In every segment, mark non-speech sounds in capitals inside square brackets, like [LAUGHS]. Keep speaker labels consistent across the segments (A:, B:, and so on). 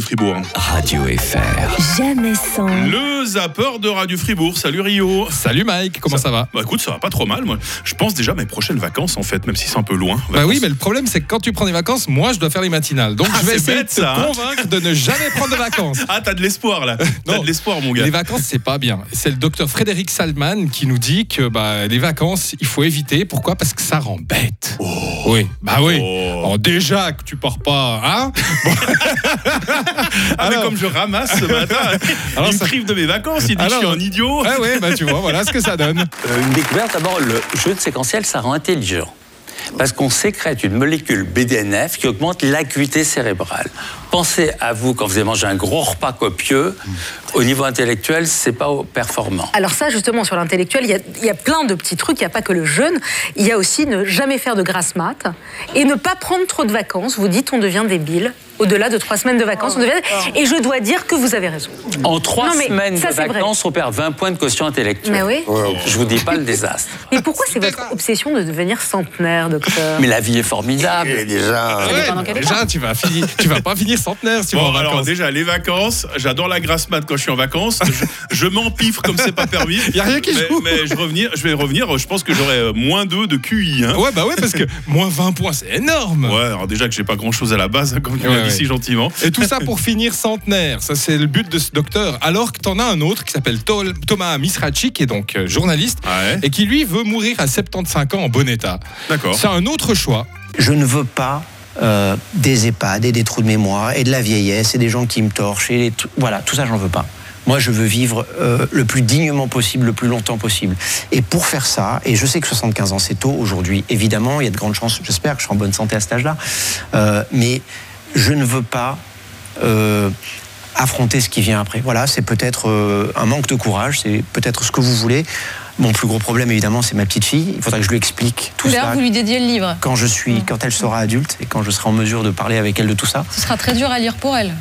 A: Fribourg.
B: Radio FR.
C: Jamais sans.
A: Le zapper de Radio Fribourg. Salut Rio.
D: Salut Mike, comment ça, va
A: Bah écoute, ça va pas trop mal. Moi, je pense déjà à mes prochaines vacances en fait, même si c'est un peu loin.
D: Bah oui,
A: Vacances.
D: mais le problème c'est que quand tu prends des vacances, moi je dois faire les matinales. Donc
A: Ah,
D: je vais
A: c'est
D: essayer
A: bête,
D: de te
A: ça, hein.
D: convaincre de ne jamais
A: [LAUGHS]
D: prendre de vacances.
A: Ah, t'as de l'espoir là. T'as
D: Non.
A: de l'espoir, mon gars.
D: Les vacances, c'est pas bien. C'est le docteur Frédéric Salman qui nous dit que bah, les vacances, il faut éviter. Pourquoi Parce que ça rend bête. oui, bah oui.
A: Oh.
D: Alors déjà que tu pars pas,
A: [LAUGHS]
D: hein
A: Ah, mais
D: Alors-
A: comme je ramasse ce matin,
D: [LAUGHS] Alors,
A: il me
D: ça-
A: prive de mes vacances, il dit que je suis
D: Alors-
A: un idiot.
D: Ah ouais, bah tu vois, voilà ce que ça donne.
E: Euh, Une découverte, d'abord, le jeu de séquentiel, ça rend intelligent. Parce qu'on sécrète une molécule BDNF qui augmente l'acuité cérébrale. Pensez à vous quand vous avez mangé un gros repas copieux. Au niveau intellectuel, c'est pas performant.
F: Alors ça, justement, sur l'intellectuel, il y a- il y, a plein de petits trucs. Il n'y a pas que le jeûne. Il y a aussi ne jamais faire de grasse mat et ne pas prendre trop de vacances. Vous dites, on devient débile. Au-delà de trois semaines de vacances, on devient... Et je dois dire que vous avez raison.
E: En trois
F: Non, mais
E: semaines
F: ça,
E: de
F: c'est vrai.
E: vacances, on perd 20 points de quotient intellectuel.
F: Mais oui.
E: Je vous dis pas le désastre.
F: Mais pourquoi c'est votre obsession de devenir centenaire, docteur
E: Mais la vie est formidable.
D: Ouais,
F: dépend dans quel
D: déjà, tu vas, finir, tu vas pas finir centenaire si tu vas en
A: Ah, Bon, alors
D: vacances.
A: déjà, les vacances, j'adore la grasse mat quand je suis en vacances. Je, je m'empiffre comme c'est pas permis.
D: [LAUGHS] Y a rien qui
A: mais,
D: joue.
A: Mais je, revenir, je vais revenir, je pense que j'aurai euh, moins 2 de QI. hein.
D: Ouais, bah ouais, parce que moins 20 points, c'est énorme.
A: Ouais, alors déjà que j'ai pas grand chose à la base, hein, comme tu
D: Oh. Ouais,
A: l'as dit
D: ouais.
A: si gentiment.
D: Et tout ça pour finir centenaire. Ça, c'est le but de ce docteur. Alors que t'en as un autre qui s'appelle Tol- Thomas Misrachi, qui est donc euh, journaliste,
A: Ah Ouais.
D: et qui lui veut mourir à 75 ans en bon état.
A: D'accord.
D: C'est un autre choix.
G: je ne veux pas euh, des EHPAD et des trous de mémoire et de la vieillesse et des gens qui me torchent et des tru- voilà, tout ça j'en veux pas. Moi, je veux vivre euh, le plus dignement possible, le plus longtemps possible. Et pour faire ça, et je sais que 75 ans c'est tôt aujourd'hui, évidemment, il y a de grandes chances, j'espère que je suis en bonne santé à cet âge-là, euh, mais je ne veux pas euh, affronter ce qui vient après. Voilà, c'est peut-être euh, un manque de courage, c'est peut-être ce que vous voulez. Mon plus gros problème, évidemment, c'est ma petite fille. Il faudra que je lui explique tout
H: D'ailleurs,
G: ça
H: vous lui dédiez le livre.
G: quand je suis, quand elle sera adulte et quand je serai en mesure de parler avec elle de tout ça,
H: Ce sera très dur à lire pour elle.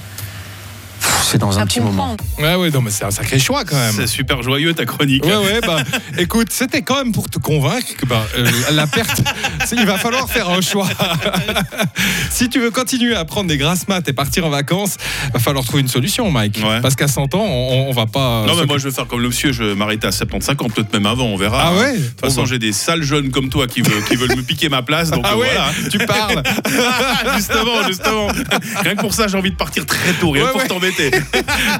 G: pff, c'est dans un
H: à
G: petit moment.
H: comprendre.
D: Ouais, ouais, non, mais c'est un sacré choix quand même.
A: C'est super joyeux ta chronique.
D: Ouais, ouais,
A: [LAUGHS]
D: bah écoute, c'était quand même pour te convaincre que bah, euh, la perte, [LAUGHS] c'est- il va falloir faire un choix. [LAUGHS] si tu veux continuer à prendre des grasses maths et partir en vacances, va falloir trouver une solution, Mike.
A: Ouais.
D: Parce qu'à 100 ans, on, on va pas. euh,
A: Non, mais
D: se-
A: moi je veux faire comme le monsieur, je vais m'arrêter à 75 ans, peut-être même avant, on verra.
D: Ah ouais
A: De toute façon,
D: Bon, bah.
A: j'ai des sales jeunes comme toi qui veulent, qui veulent me piquer ma place, donc
D: [LAUGHS] Ah
A: euh,
D: ouais,
A: voilà. [LAUGHS]
D: tu parles.
A: justement, justement. Rien que pour ça, j'ai envie de partir très tôt, rien
D: Ouais,
A: que pour
D: ouais.
A: t'embêter.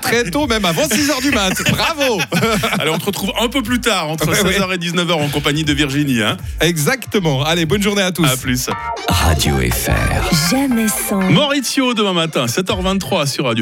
D: Très tôt, même avant 6h du mat. Bravo
A: Allez, on te retrouve un peu plus tard, entre
D: Ouais,
A: 16h et 19h, en compagnie de Virginie. Hein.
D: Exactement. Allez, bonne journée à tous.
A: À plus.
B: Radio FR.
C: Jamais sans.
A: Maurizio demain matin, 7h23 sur Radio.